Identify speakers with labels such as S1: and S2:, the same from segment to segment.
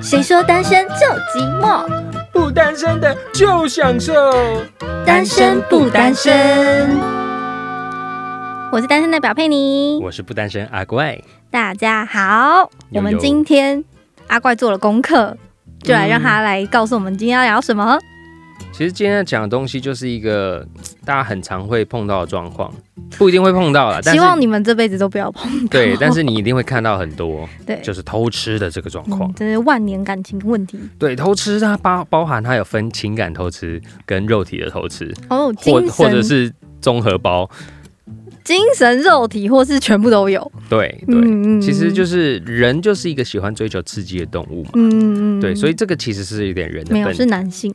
S1: 谁说单身就寂寞？
S2: 不单身的就享受。
S1: 单身不单身？我是单身的表佩妮，
S2: 我是不单身阿怪，
S1: 大家好。我
S2: 悠悠
S1: 们今天阿怪做了功课，就来让他来告诉我们今天要聊什
S2: 嗯啊
S1: 么。
S2: 其实今天要讲的东西就是一个大家很常会碰到的状况，不一定会碰到啦，但
S1: 希
S2: 是
S1: 望你们这辈子都不要碰到。
S2: 对，但是你一定会看到很多，
S1: 对，
S2: 就是偷吃的这个状况。
S1: 嗯，这是万年感情问题。
S2: 对，偷吃它包包含它有分情感偷吃跟肉体的偷吃，
S1: 哦，
S2: 或
S1: 精
S2: 或者
S1: 神、
S2: 是综合包。
S1: 精神、肉体，或是全部都有。
S2: 对对，
S1: 嗯
S2: 其实就是人就是一个喜欢追求刺激的动物嘛。
S1: 嗯嗯嗯
S2: 对，所以这个其实是有点人的
S1: 没有
S2: 本
S1: 是男性，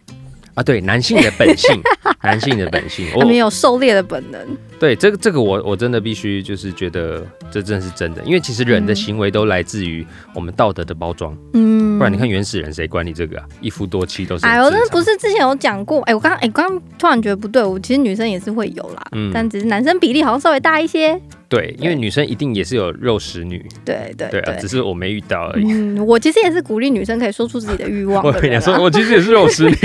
S2: 啊，对男性的本 性，男性的本性。
S1: 他
S2: 我
S1: 们啊有狩猎的本能。
S2: 对这个这个我我真的必须就是觉得这真的是真的，因为其实人的
S1: 嗯
S2: 行为都来自于我们道德的包装，
S1: 嗯，
S2: 不然你看原始人谁管你这个啊？一夫多妻都是很
S1: 哎呦，
S2: 正常
S1: 那不是之前有讲过？哎、我刚哎，我刚刚突然觉得不对，我其实女生也是会有啦，
S2: 嗯
S1: 但只是男生比例好像稍微大一些。
S2: 对，因为女生一定也是有肉食女，
S1: 对对
S2: 对啊，只是我没遇到而已。
S1: 嗯，我其实也是鼓励女生可以说出自己的欲望
S2: 我
S1: 的
S2: 跟
S1: 人
S2: 你
S1: 啊。
S2: 说，我其实也是 肉食女，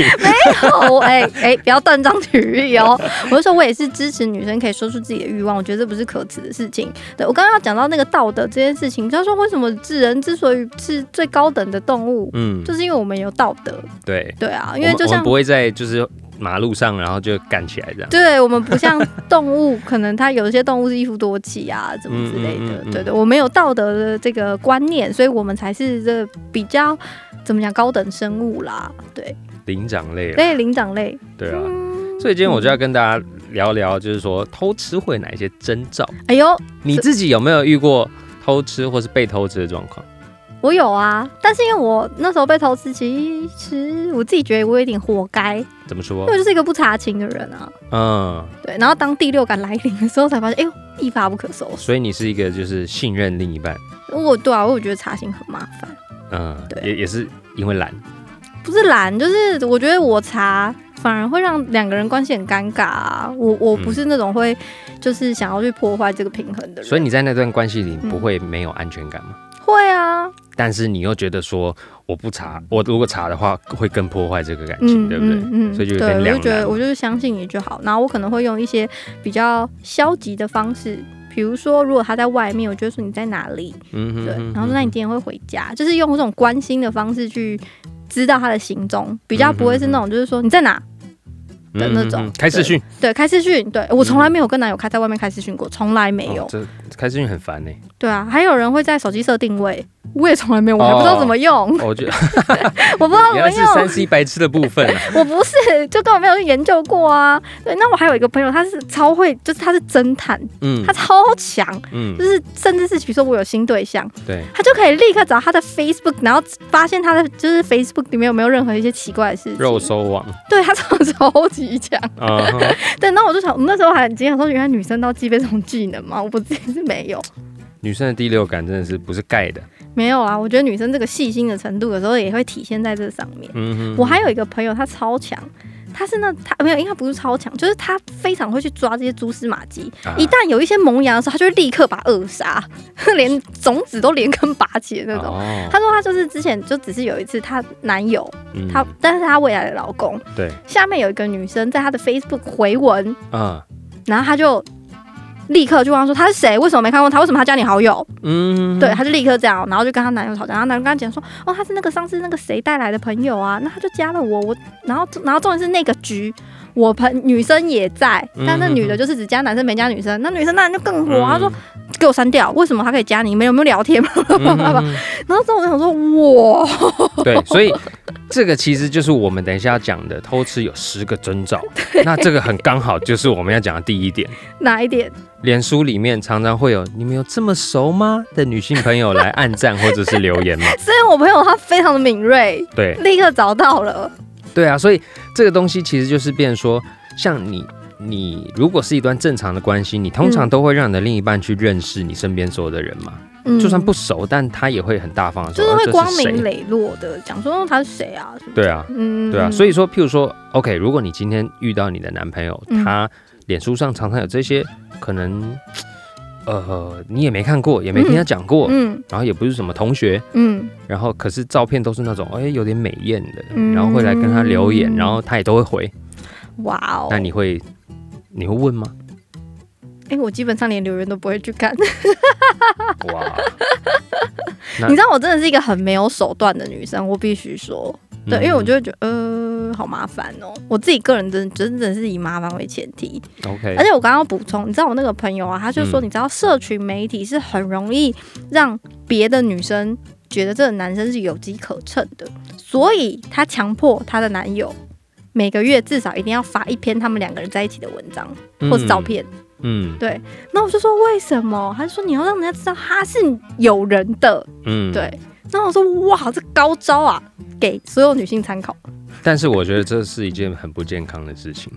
S1: 哦，哎哎，不要断章取义哦。我是说，我也是支持女生可以说出自己的欲望，我觉得这不是可耻的事情。对我刚刚要讲到那个道德这件事情，他说为什么智人之所以是最高等的动物，
S2: 嗯，
S1: 就是因为我们有道德。
S2: 对，
S1: 对啊，
S2: 我
S1: 因为
S2: 们
S1: 就
S2: 我们
S1: 像
S2: 不。会在就是马路上然后就干起来这 样。
S1: 对我们不像动物，可能它有一些动物是一夫多妻啊，怎么之类的。
S2: 嗯嗯嗯嗯
S1: 对对，我们有道德的这个观念，所以我们才是这比较怎么讲高等生物啦。对，嗯
S2: 灵长类了，
S1: 类灵长类。
S2: 对啊。所以今天我就
S1: 嗯
S2: 要跟大家聊聊，就是说偷吃会有哪一些征兆？
S1: 哎呦，
S2: 你自己有没有遇过偷吃或是被偷吃的状况？
S1: 我有啊，但是因为我那时候被投资，其实我自己觉得我有点活该，因
S2: 怎么说
S1: 为我？就是一个不察情的人啊。
S2: 嗯，
S1: 对，然后当第六感来临的时候，才发现，哎呦，一发不可收拾。
S2: 所以你是一个就是信任另一半，
S1: 我对啊，我觉得查情很麻烦，
S2: 嗯，
S1: 对
S2: 也也是因为懒，
S1: 不是懒，就是我觉得我查反而会让两个人关系很尴尬啊。我我不是那种会就是想要去破坏这个平衡的人，
S2: 所以你在那段关系里
S1: 嗯
S2: 不会没有安全感吗？
S1: 会啊，
S2: 但是你又觉得说我不查，我如果查的话会更破坏这个感情，对不对？
S1: 嗯
S2: 所以就有
S1: 对，
S2: 点
S1: 我
S2: 两
S1: 就觉
S2: 难
S1: 得我就是相信你就好。然后我可能会用一些比较消极的方式，比如说如果他在外面，我就会说你在哪里，
S2: 嗯哼
S1: 对，
S2: 嗯哼嗯
S1: 然后说那你今天会回家，就是用这种关心的方式去知道他的行踪，比较不会是那
S2: 嗯
S1: 种就是说你在哪，的那种
S2: 嗯嗯嗯开视讯
S1: 对，开视讯，对我从来没有跟男友开在外面开视讯过，从来没有
S2: 哦。这开视讯 很烦呢。
S1: 对啊，还有人会在手机设定位。我也从来没有，我还不知道怎么 用，
S2: 哦我觉得
S1: 我不知道怎
S2: 原
S1: 么
S2: 来是
S1: 用。
S2: 三 C 白痴的部分啊。
S1: 我不是，就根本没有去研究过啊。对，那我还有一个朋友，他是超会，就是他是侦探，
S2: 嗯
S1: 他超强，
S2: 嗯
S1: 就，是甚至是比如说我有新对象，
S2: 对，
S1: 他就可以立刻找他的 Facebook，然后发现他的就是 Facebook 里面有没有任何一些奇怪的事情。
S2: 肉搜网
S1: 对他超超级强。
S2: 啊哈，
S1: 对，那我就想，我那时候还很惊讶，说原来女生都具备这种技能吗？我自 己是没有，
S2: 女生的第六感真的是不是盖的。
S1: 没有啊。我觉得女生这个细心的程度，有时候也会体现在这上面。
S2: 嗯哼
S1: 我还有一个朋友，他超强，他是那他没有，应该不是超强，就是他非常会去抓这些蛛丝马迹。
S2: 啊
S1: 一旦有一些萌芽的时候，他就会立刻把它扼杀， 连种子都连根拔起的那种。
S2: 哦
S1: 他说他就是之前就只是有一次，她男友，
S2: 嗯
S1: 她但是她未来的老公
S2: 对，
S1: 下面有一个女生在他的 Facebook 回文，
S2: 嗯
S1: 然后他就。立刻就问他说他是谁？为什么没看过他？为什么他加你好友？
S2: 嗯，
S1: 对，，他就立刻这样，然后就跟她男友吵架。然后男友跟她讲说，哦，他是那个上次那个谁带来的朋友啊，那他就加了我，我，然后然后重点是那个局，我朋女生也在，
S2: 嗯
S1: 但那女的就是只加男生没加女生，那女生当然就更火啊，她说给我删掉，为什么他可以加你？你们有没有聊天？
S2: 嗯
S1: 爸爸
S2: 嗯
S1: 然后之后我就想说，哇，
S2: 嗯对，所以这个其实就是我们等一下要讲的偷吃有十个 征兆，那这个很刚好就是我们要讲的第一点。
S1: 哪一点？
S2: 脸书里面常常会有“你们有这么熟吗”的女性朋友来暗赞或者是留 言嘛？
S1: 所以我朋友他非常的敏锐，
S2: 对
S1: 立刻找到了。
S2: 对啊，所以这个东西其实就是变成说，像你你如果是一段正常的关系，你通常
S1: 嗯
S2: 都会让你的另一半去认识你身边所有的人嘛，
S1: 嗯
S2: 就算不。熟，但他也会很大方的
S1: 就
S2: 说，
S1: 是
S2: 哦
S1: 会
S2: 这
S1: 光
S2: 谁
S1: 明磊落的讲说哦他是谁啊什么的，
S2: 对啊，
S1: 嗯
S2: 对啊，所以说，譬如说，OK，如果你今天遇到你的男朋友，
S1: 嗯
S2: 他脸书上常常有这些可能呃，你也没看过，也没听他讲过，
S1: 嗯
S2: 然后也不是什么同学，
S1: 嗯，
S2: 然后可是照片都是那种哎有点美艳的，
S1: 嗯
S2: 然后会来跟他留言，然后他也都会回。
S1: 哇哦！
S2: 那你会你会问吗？
S1: 哎、我基本上连留言都不会去看。
S2: 哇，那
S1: 你知道我真的是一个很没有手段的女生，我必须说，
S2: 嗯
S1: 对，因为我就会觉得呃好麻烦哦、我自己个人真真的是以麻烦为前提，
S2: 得 OK，
S1: 而且我刚刚补充，你知道我那个朋友啊，他就说，
S2: 嗯
S1: 你知道社群媒体是很容易让别的女生觉得这个男生是有机可乘的，所以她强迫她的男友每个月至少一定要发一篇他们两个人在一起的文章或是照片。
S2: 嗯，
S1: 对，那我就说为什么？他就说你要让人家知道他是有人的，
S2: 嗯嗯，
S1: 对。那我说哇，这高招啊，给所有女性参考，
S2: 但是我觉得这是一件很不健康的事情。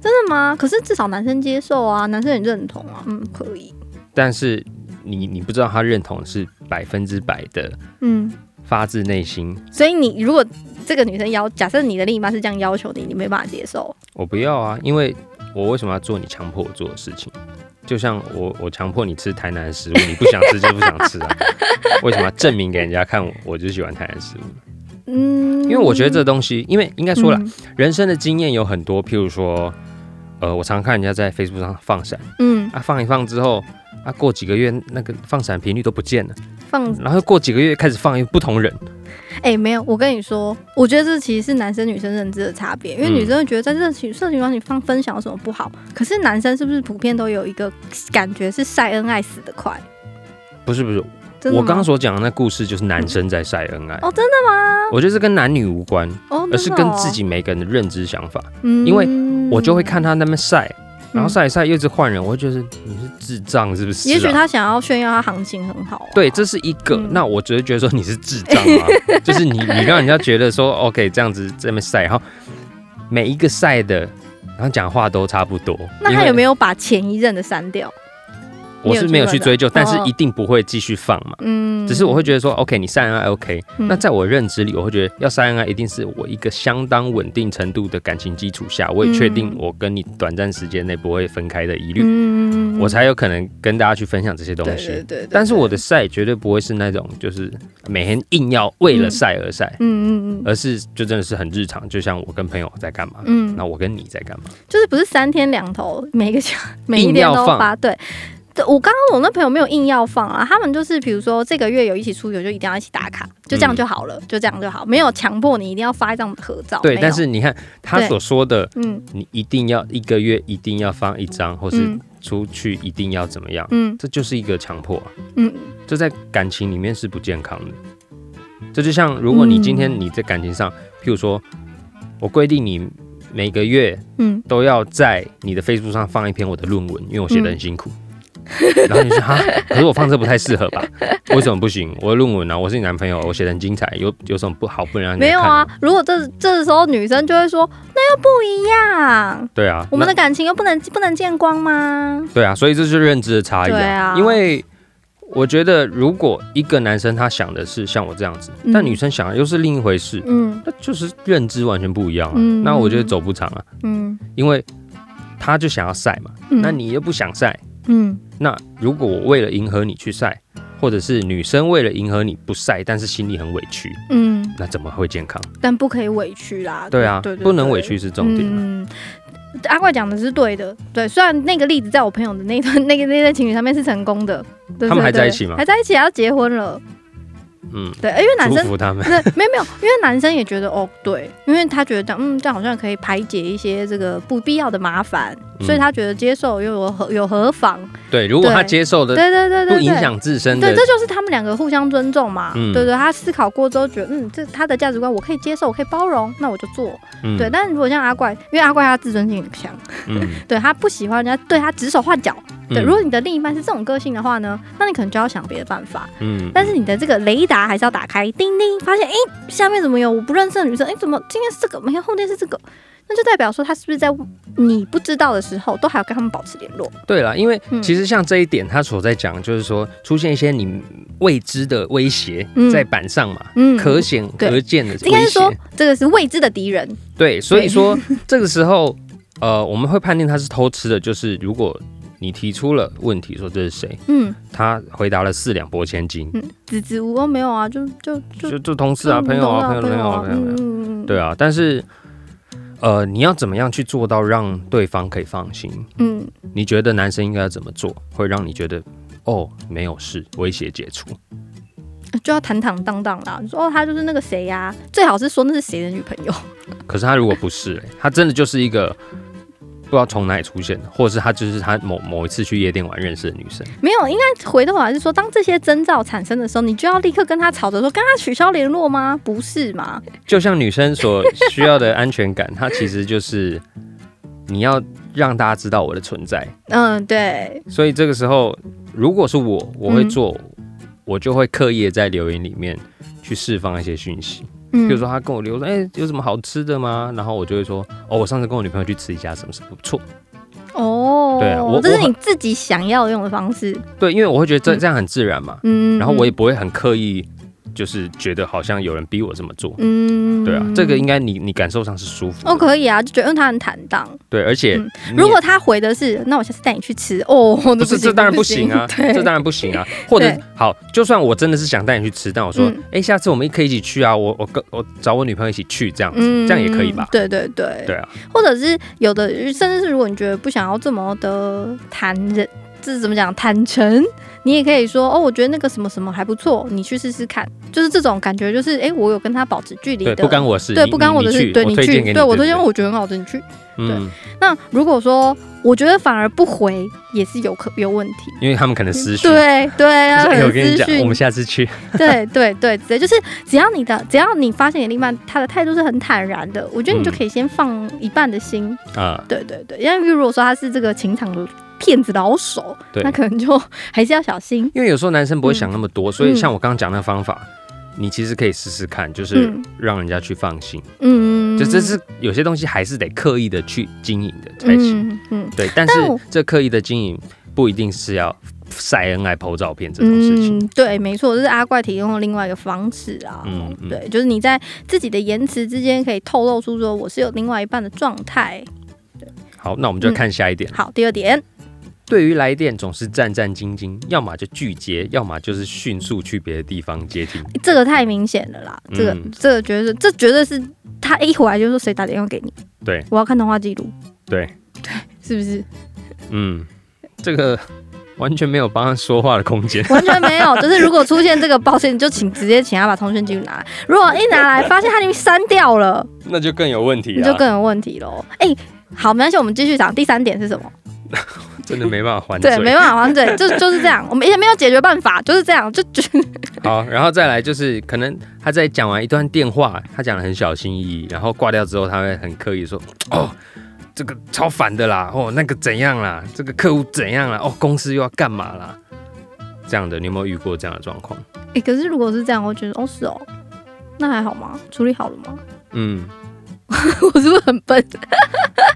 S1: 真的吗？可是至少男生接受啊，男生也认同啊，嗯，可以，
S2: 但是你你不知道他认同是百分之百的
S1: 嗯。
S2: 发自内心，
S1: 所以你如果这个女生要，假设你的另一半是这样要求你，你没办法接受。
S2: 我不要啊，因为我为什么要做你强迫我做的事情？就像我我强迫你吃台南 的食物，你不想吃就不想吃啊，为什么要证明给人家看我我就喜欢台南食物？
S1: 嗯，
S2: 因为我觉得这东西，因为应该说了，
S1: 嗯
S2: 人生的经验有很多，譬如说，呃，我常看人家在 Facebook 上放闪
S1: 嗯，
S2: 啊，放一放之后。啊，过几个月那个放闪频率都不见了，
S1: 放
S2: 然后过几个月开始放不同人，
S1: 哎、没有，我跟你说，我觉得这其实是男生女生认知的差别，因为
S2: 嗯
S1: 女生会觉得在社群社群网里放分享有什么不好，可是男生是不是普遍都有一个感觉是晒恩爱死得快？
S2: 不是不是，
S1: 真的
S2: 我
S1: 吗
S2: 刚刚所讲的那故事就是男生在晒恩爱，
S1: 哦，真的吗？
S2: 我觉得这跟男女无关，
S1: 哦，
S2: 而是
S1: 真
S2: 跟
S1: 的哦
S2: 自，己每个人的认知想法。
S1: 嗯
S2: 因为我就会看他那边晒，然后
S1: 嗯
S2: 晒一晒又一直换人，我会觉得你是智障是不是啊、
S1: 也许他想要炫耀他行情很好啊、
S2: 对，这是一个。
S1: 嗯
S2: 那我只是觉得说你是智障啊， 就是你你让人家觉得说 OK 这样子这么晒，然后每一个晒的，然后讲话都差不多。
S1: 那他有没
S2: 有？
S1: 有把前一任的删掉？
S2: 我是没有去追究，但是
S1: 哦
S2: 一定不会继续放嘛。
S1: 嗯，
S2: 只是我会觉得说，OK，你晒恩爱 OK，、
S1: 嗯
S2: 那在我认知里，我会觉得要晒恩爱一定是我一个相当稳定程度的感情基础下，我也确定
S1: 嗯
S2: 我跟你短暂时间内不会分开的疑虑，
S1: 嗯
S2: 我才有可能跟大家去分享这些东
S1: 对
S2: 西。
S1: 对对对
S2: 但是
S1: 对
S2: 我的晒绝对不会是那种就是每天硬要为了晒而晒，
S1: 嗯嗯嗯
S2: 而是就真的是很日常，就像我跟朋友在干嘛，
S1: 嗯，
S2: 那我跟你在干嘛，
S1: 就是不是三天两头，每个 小每一
S2: 硬
S1: 天
S2: 要
S1: 都
S2: 放
S1: 发。对，对我刚刚我那朋友没有硬要放啊，他们就是比如说这个月有一起出游就一定要一起打卡，就这样
S2: 嗯
S1: 就好了，就这样就好，没有强迫你一定要发一张合照。
S2: 对。
S1: 哦没有
S2: 但是你看他
S1: 对
S2: 所说的，
S1: 嗯
S2: 你一定要一个月一定要放一张，或是
S1: 嗯
S2: 出去一定要怎么样，
S1: 嗯
S2: 这就是一个强迫、啊。
S1: 嗯，
S2: 这在感情里面是不健康的。这就像如果你
S1: 嗯
S2: 今天你在感情上，譬如说，我规定你每个月
S1: 嗯，
S2: 都要在你的 Facebook 上放一篇我的论文，因为我写的很辛苦。
S1: 嗯
S2: 然后你说哈，可是我放这不太适合吧？为什么不行？我的论文啊，我是你男朋友，我写的很精彩，有有什么不好不能让人家
S1: 没有
S2: 看
S1: 啊
S2: 的？。
S1: 如果这这时候女生就会说，那又不一样，
S2: 对啊，
S1: 我们
S2: 那
S1: 的感情又不能不能见光吗？
S2: 对啊，所以这就是认知的差异
S1: 对啊
S2: 因为我觉得，如果一个男生他想的是像我这样子，
S1: 嗯
S2: 但女生想的又是另一回事，
S1: 嗯
S2: 那就是认知完全不一样啊。
S1: 嗯
S2: 那我觉得走不长啊，
S1: 嗯
S2: 因为他就想要晒嘛，
S1: 嗯，
S2: 那你又不想晒。
S1: 嗯
S2: 那如果我为了迎合你去晒，或者是女生为了迎合你不晒，但是心里很委屈，
S1: 嗯，
S2: 那怎么会健康？
S1: 但不可以委屈啦。
S2: 对啊，
S1: 对对
S2: 不能
S1: 对
S2: 委屈是重点啊。
S1: 嗯，阿怪讲的是对的，对，虽然那个例子在我朋友的那段那个那对情侣上面是成功的，对
S2: 他们
S1: 对
S2: 还在
S1: 对
S2: 一起吗
S1: 还在一起，还要结婚了。
S2: 嗯，
S1: 对，因为男
S2: 祝
S1: 生
S2: 福 他们。
S1: 对没有没有，因为男生也觉得哦，对，因为他觉得这样，嗯，这样好像可以排解一些这个不必要的麻烦，所以
S2: 嗯
S1: 他觉得接受又有何有何妨？
S2: 对，如果他
S1: 对
S2: 接受
S1: 对
S2: 的
S1: 对对对
S2: 呃不
S1: 对，
S2: 影响自身的
S1: 对，，这就是他们两个互相尊重嘛。
S2: 嗯
S1: 对对，他思考过之后觉得，嗯，这他的价值观我可以接受，我可以包容，那我就做。
S2: 嗯
S1: 对，，但如果像阿怪，因为阿怪他自尊心很强，
S2: 嗯，
S1: 对他不喜欢人家对他指手画脚。 对，
S2: 嗯
S1: 如果你的另一半是这种个性的话呢，那你可能就要想别的办法。
S2: 嗯
S1: 但是你的这个雷达还是要打开，叮叮，发现诶，哎下面怎么有我不认识的女生？诶，哎怎么今天是这个，明天后天是这个？那就代表说他是不是在你不知道的时候，都还要跟他们保持联络？
S2: 对了，因为
S1: 嗯
S2: 其实像这一点，他所在讲就是说，出现一些你未知的威胁
S1: 嗯
S2: 在板上嘛，
S1: 嗯
S2: 可显
S1: 对
S2: 可见的
S1: 应该
S2: 威
S1: 是说
S2: 胁。
S1: 这个是未知的敌人。
S2: 对，所
S1: 对
S2: 以 说这个时候，呃，我们会判定他是偷吃的，就是如果你你提出了问题，说这是谁？
S1: 嗯
S2: 他回答了四两拨千斤，
S1: 嗯，支支吾吾没有啊，就就就
S2: 就就同事啊，
S1: 嗯
S2: 朋友啊，朋友，
S1: 懂
S2: 朋友啊，
S1: 了
S2: 朋友，朋友
S1: 嗯嗯
S2: 对啊。但是，呃，你要怎么样去做到让对方可以放心？
S1: 嗯
S2: 你觉得男生应该要怎么做，会让你觉得哦没有事，威胁解除？
S1: 嗯，就要坦坦荡荡啦。你说哦，他就是那个谁呀、最好是说那是谁的女朋友。
S2: 可是他如果不是、欸，他真的就是一个不知道从哪里出现的，或者是他就是他某某一次去夜店玩认识的女生，
S1: 没有，应该回的话是说，当这些征兆产生的时候，你就要立刻跟他吵着说，跟他取消联络吗？不是嘛？
S2: 就像女生所需要的安全 感，它其实就是你要让大家知道我的存在。
S1: 嗯，对，
S2: 所以这个时候，如果是我，我
S1: 嗯
S2: 会做，我就会刻意地在留言里面去释放一些讯息。
S1: 嗯，
S2: 比如说他跟我留说，哎、有什么好吃的吗？然后我就会说，哦，我上次跟我女朋友去吃一家什么什么不错。
S1: 哦，
S2: 对啊我
S1: 这
S2: 我
S1: 是
S2: 很
S1: 你自己想要用的方式，
S2: 对，因为我会觉得这
S1: 嗯
S2: 这样很自然嘛，
S1: 嗯，
S2: 然后我也不会很刻意，就是觉得好像有人逼我这么做。
S1: 嗯，
S2: 对啊，这个应该你你感受上是舒服的。
S1: 哦可以啊，就觉得嗯他很坦荡。
S2: 对，而且
S1: 嗯
S2: 你也
S1: 如果他回的是，那我下次带你去吃，哦，
S2: 不
S1: 不
S2: 是，这当然不行啊，
S1: 对，
S2: 这当然不行啊。或者
S1: 对
S2: 好，就算我真的是想带你去吃，但我说，哎、
S1: 嗯
S2: 下次我们可以一起去啊，我我跟我找我女朋友一起去这样子，
S1: 嗯
S2: 这样也可以吧？
S1: 对对对，
S2: 对啊，
S1: 或者是有的，甚至是如果你觉得不想要这么的坦忍，这是怎么讲坦诚，你也可以说哦，我觉得那个什么什么还不错，你去试试看。就是这种感觉，就是哎、诶我有跟他保持距离
S2: 对，
S1: 的，
S2: 不干我事，
S1: 对
S2: 你
S1: 不干我的
S2: 你
S1: 事，
S2: 去
S1: 对
S2: 我
S1: 你
S2: 推荐给
S1: 去，
S2: 你，
S1: 对我
S2: 对不
S1: 推荐，我觉得很好吃，你去。
S2: 嗯，
S1: 那如果说我觉得反而不回也是有可有问题。
S2: 因为他们可能私讯，
S1: 对对 啊，
S2: 就是诶我跟你
S1: 私
S2: 讲，我
S1: 讯
S2: 们下次去，
S1: 对对对，直接就是只要你的，只要你发现你另一半他的态度是很坦然的，我觉得你就
S2: 嗯
S1: 可以先放一半的心，
S2: 啊、
S1: 对对对，因为如果说他是这个情场的骗子老手，
S2: 对
S1: 那可能就还是要小心。
S2: 因为有时候男生不会想那么多，所以
S1: 嗯
S2: 像我刚刚讲那方法。你其实可以试试看，就是
S1: 嗯
S2: 让人家去放心，
S1: 嗯，
S2: 就这是有些东西还是得刻意的去经营的才行。
S1: 嗯嗯
S2: 对，但
S1: 但我
S2: 是这刻意的经营不一定是要晒恩爱、剖照片这种事情。
S1: 嗯，对，没错，这是阿怪提供的另外一个方式啊。
S2: 嗯嗯
S1: 对，就是你在自己的言辞之间可以透露出说我是有另外一半的状态。
S2: 好，那我
S1: 嗯
S2: 们就看下一点。
S1: 好，第二点，
S2: 对于来电总是战战兢兢，要么就拒接，要么就是迅速去别的地方接听。
S1: 这个太明显了啦，这个、
S2: 嗯
S1: 这个绝对是这绝对是他一回来就说谁打电话给你，
S2: 对，
S1: 我要看通话记录，
S2: 对，
S1: 是不是？
S2: 嗯，这个完全没有帮他说话的空间。
S1: 完全没有，就是如果出现这个，抱歉，你就请直接请他把通讯记录拿来。如果一拿来发现他已经删掉了，
S2: 那就更有问题
S1: 你
S2: 啊
S1: 就！更有问题喽。哎、好，没关系，我们继续讲第三点是什么？
S2: 真的没办法还
S1: 对
S2: 嘴，。
S1: 没办法，王嘴就就是这样，我们也没有解决办法，就是这样，就就
S2: 好，然后再来就是，可能他在讲完一段电话，他讲的很小心翼翼，然后挂掉之后，他会很刻意说：“哦，这个超烦的啦，哦，那个怎样啦，这个客户怎样啦，哦，公司又要干嘛啦。”这样的，你有没有遇过这样的状况？
S1: 哎、可是如果是这样，我觉得哦是哦，那还好吗？处理好了吗？
S2: 嗯，
S1: 我是不是很笨？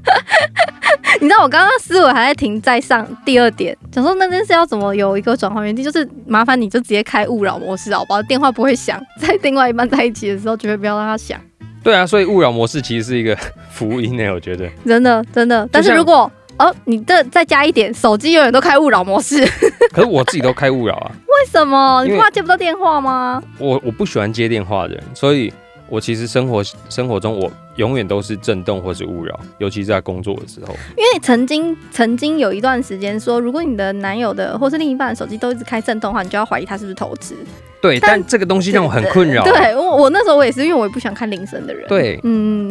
S1: 你知道我刚刚思维还在停在上第二点，想说那件事要怎么有一个转换原地，就是麻烦你就直接开勿扰模式好不好？电话不会响，在另外一半在一起的时候，绝对不要让它响，
S2: 对啊，所以勿扰模式其实是一个福音欸呢，我 觉得。
S1: 真的真的。但是如果哦，你的再加一点，手机永远都开勿扰模式， 为
S2: 可是我自己都开勿扰啊，
S1: 什么？
S2: 因
S1: 你
S2: 为
S1: 不怕接不到电话吗？
S2: 我我不喜欢接电话的人，所以我其实生活生活中我永远都是震动或是勿扰，尤其是在工作的时候。
S1: 因为你曾经曾经有一段时间说，如果你的男友的或是另一半的手机都一直开震动的话，你就要怀疑他是不是偷吃。
S2: 对，
S1: 但
S2: 但这个东西让我很困扰。啊
S1: 对我，我那时候我也是，因为我也不喜欢看铃声的人。
S2: 对
S1: 嗯，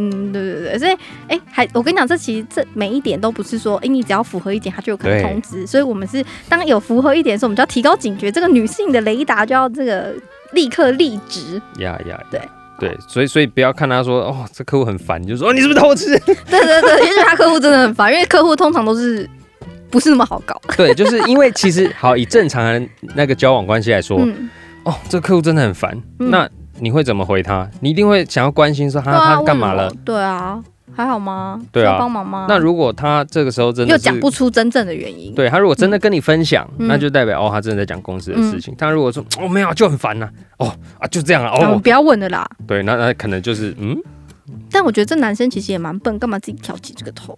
S1: 嗯嗯，对对对，所以，哎、还我跟你讲，这其实这每一点都不是说，哎、你只要符合一点，它就有可能
S2: 对
S1: 通知。所以我们是当有符合一点的时候，我们就要提高警觉，这个女性的雷达就要这个立刻立直。
S2: 呀呀呀，
S1: 对
S2: 对，所以所以不要看他说哦，这客户很烦，你就说、哦、你是不是偷吃？
S1: 对对对，因为他客户真的很烦，因为客户通常都是不是那么好搞。
S2: 对，就是因为其实好以正常的那个交往关系来说，
S1: 嗯，
S2: 哦，这客户真的很烦，
S1: 嗯
S2: 那你会怎么回他？你一定会想要关心说他、
S1: 对啊，
S2: 他干嘛
S1: 为什
S2: 了
S1: 么？？对啊，还好吗？
S2: 对啊
S1: 需要帮忙吗？
S2: 那如果他这个时候真
S1: 又
S2: 的
S1: 讲
S2: 是
S1: 不出真正的原因。
S2: 对他如果真的跟你分享，
S1: 嗯
S2: 那就代表哦他真的在讲公司的事情。他如果说哦没有啊就很烦呐、哦啊就这样啊，
S1: 啊，我们
S2: 哦
S1: 不要问了啦。
S2: 对，那那可能就是嗯
S1: 但我觉得这男生其实也蛮笨，干嘛自己挑起这个头？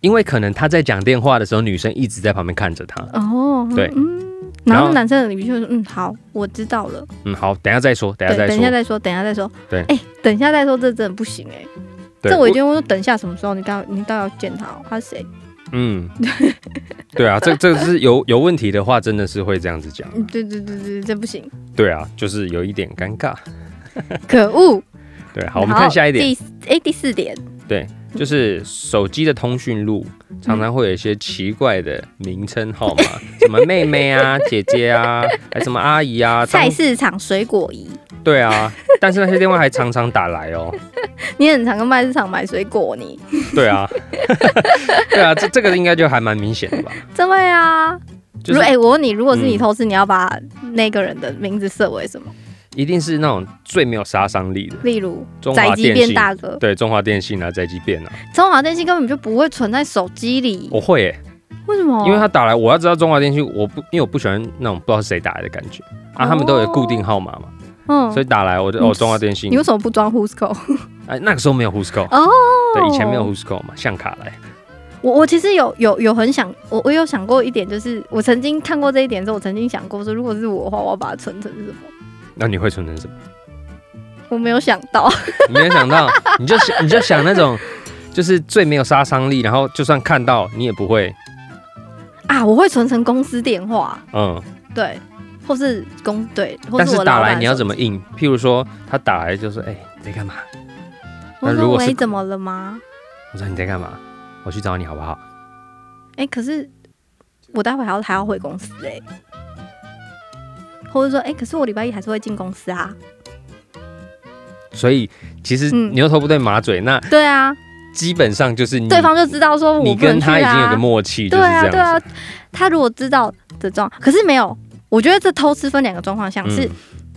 S2: 因为可能他在讲电话的时候，女生一直在旁边看着他。
S1: 哦，
S2: 对
S1: 嗯，
S2: 然
S1: 然
S2: 后
S1: 后男生的语气就是嗯，好，我知道了，
S2: 嗯，好，等一下再说，等一
S1: 对，
S2: 下再
S1: 等一下
S2: 说。
S1: 再说，等一下再说，
S2: 对
S1: 哎，等一下再说，这真的不行哎，
S2: 对
S1: 这我已经说等一下什么时候，你刚你到底要见他哦，他是谁？
S2: 嗯， 对啊，这这个是有有问题的话，真的是会这样子讲。
S1: 嗯，对对对对，这不行，
S2: 对啊，就是有一点尴尬。
S1: 可恶。
S2: 对， 好，我们看下一点。
S1: 第哎第四点，
S2: 就是手机的通讯录常常会有一些奇怪的名称号码，什么妹妹啊、姐姐啊，还什么阿姨啊，
S1: 菜
S2: 当
S1: 市场水果仪，
S2: 对啊，但是那些电话还常常打来哦。
S1: 你很常跟卖市场买水果你？
S2: 对啊， 对啊，这这个应该就还蛮明显的吧？
S1: 真的啊。
S2: 就
S1: 如
S2: 是
S1: 哎、我问你，如果是你
S2: 嗯
S1: 偷吃，你要把那个人的名字设为什么？
S2: 一定是那种最没有杀伤力的
S1: 例如
S2: 中
S1: 宅
S2: 华
S1: 急
S2: 电
S1: 便
S2: 信。
S1: 大哥，
S2: 对中华电信啊，宅急便啊，
S1: 中华电信根本就不会存在手机里，
S2: 我会、欸，
S1: 为什么？
S2: 因为他打来，我要知道中华电信，我不因为我不喜欢那种不知道是谁打来的感觉
S1: 哦
S2: 啊，他们都有固定号码嘛，
S1: 嗯
S2: 所以打来我就
S1: 嗯
S2: 哦中华电信
S1: 你，为什么不装 Who's Call？
S2: 哎那个时候没有 Who's Call，
S1: 哦，
S2: 对，以前没有 Who's Call 嘛，像卡来，
S1: 我我其实有有有很想，我我有想过一点，就是我曾经看过这一点之后，我曾经想过说，如果是我的话，我要把它存成什么？
S2: 那你会存成什么？
S1: 我没有想到，
S2: 你没有想到，你就想你就想那种， 就是最没有杀伤力，然后就算看到你也不会，
S1: 啊，我会存成公司电话，
S2: 嗯，
S1: 对，或是公对，或
S2: 但是
S1: 我
S2: 打
S1: 老
S2: 来
S1: 板
S2: 你要怎
S1: 么？
S2: 么应？譬如说他打来就是，哎、你在干嘛？
S1: 我说
S2: 那呃如果是
S1: 喂，怎么了吗？
S2: 我说你在干嘛？我去找你好不好？
S1: 哎、可是我待会还要还要回公司哎、或者说哎、可是我礼拜一还是会进公司啊，
S2: 所以其实
S1: 嗯
S2: 牛头不对马嘴，那
S1: 对啊，
S2: 基本上就是你
S1: 对方就知道说我
S2: 你
S1: 不能
S2: 跟
S1: 去
S2: 他已经有
S1: 啊
S2: 个，默契，就
S1: 对
S2: 是这样
S1: 啊
S2: 子。
S1: 对啊，他如果知道的状，可是没有，我觉得这偷吃分两个状况下，
S2: 嗯
S1: 是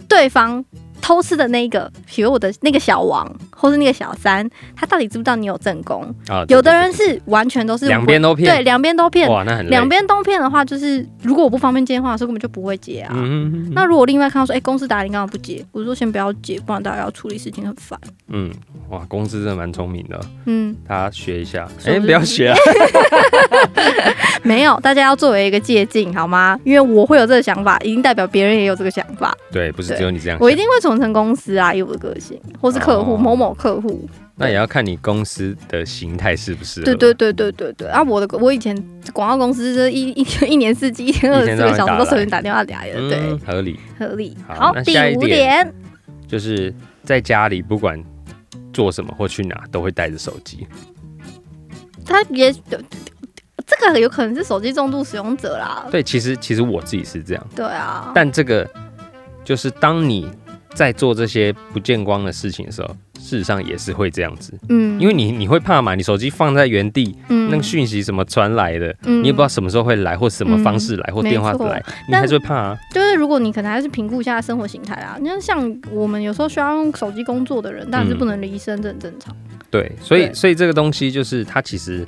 S1: 对方偷吃的那一个，比如我的那个小王或是那个小三，他到底知不知道你有正宫？
S2: 啊
S1: 有的
S2: 对
S1: 人是完全都是
S2: 对对两边都
S1: 对
S2: 骗，
S1: 两边都骗，
S2: 哇，那很累
S1: 两，边都骗的话，就是如果我不方便接电话的时候，根本就不会接啊。
S2: 嗯
S1: 那如果另外看到说，哎、公司打你干嘛不接？我说先不要接，不然大家要处理事情很烦。
S2: 嗯，哇，公司真的蛮聪明的，
S1: 嗯，
S2: 大家学一下，
S1: 是不
S2: 哎，
S1: 是
S2: 不要 学啊，
S1: 没有，大家要作为一个借鉴，好吗？因为我会有这个想法，一定代表别人也有这个想法。
S2: 对，不是
S1: 对
S2: 只有你这样想，
S1: 我一定会重成公司啊，以我的个性，或是客户、
S2: 哦
S1: 某某客户。
S2: 那也要看你公司的形态是不是，
S1: 对对对对对对。啊，我的我以前广告公司就是一一一年四季，一天二十四个小时都随便打电话来的，
S2: 嗯，
S1: 对，
S2: 合理，
S1: 合理。
S2: 好
S1: 好，
S2: 那
S1: 第
S2: 下一
S1: 五
S2: 点
S1: 点，
S2: 就是在家里不管做什么或去哪都会带着手机，
S1: 他也这个有可能是手机重度使用者啦。
S2: 对，其实其实我自己是这样，
S1: 对啊，
S2: 但这个就是当你在做这些不见光的事情的时候，事实上也是会这样子，
S1: 嗯
S2: 因为你你会怕嘛，你手机放在原地，
S1: 嗯
S2: 那个讯息怎么传来的，
S1: 嗯
S2: 你也不知道什么时候会来，或什么方式来，或电话来，你
S1: 但
S2: 还是会怕啊。
S1: 就是如果你可能还是评估一下生活形态啊，你看像我们有时候需要用手机工作的人，当然是不能离身，这很正常。
S2: 对，所以
S1: 对
S2: 所以这个东西就是它其实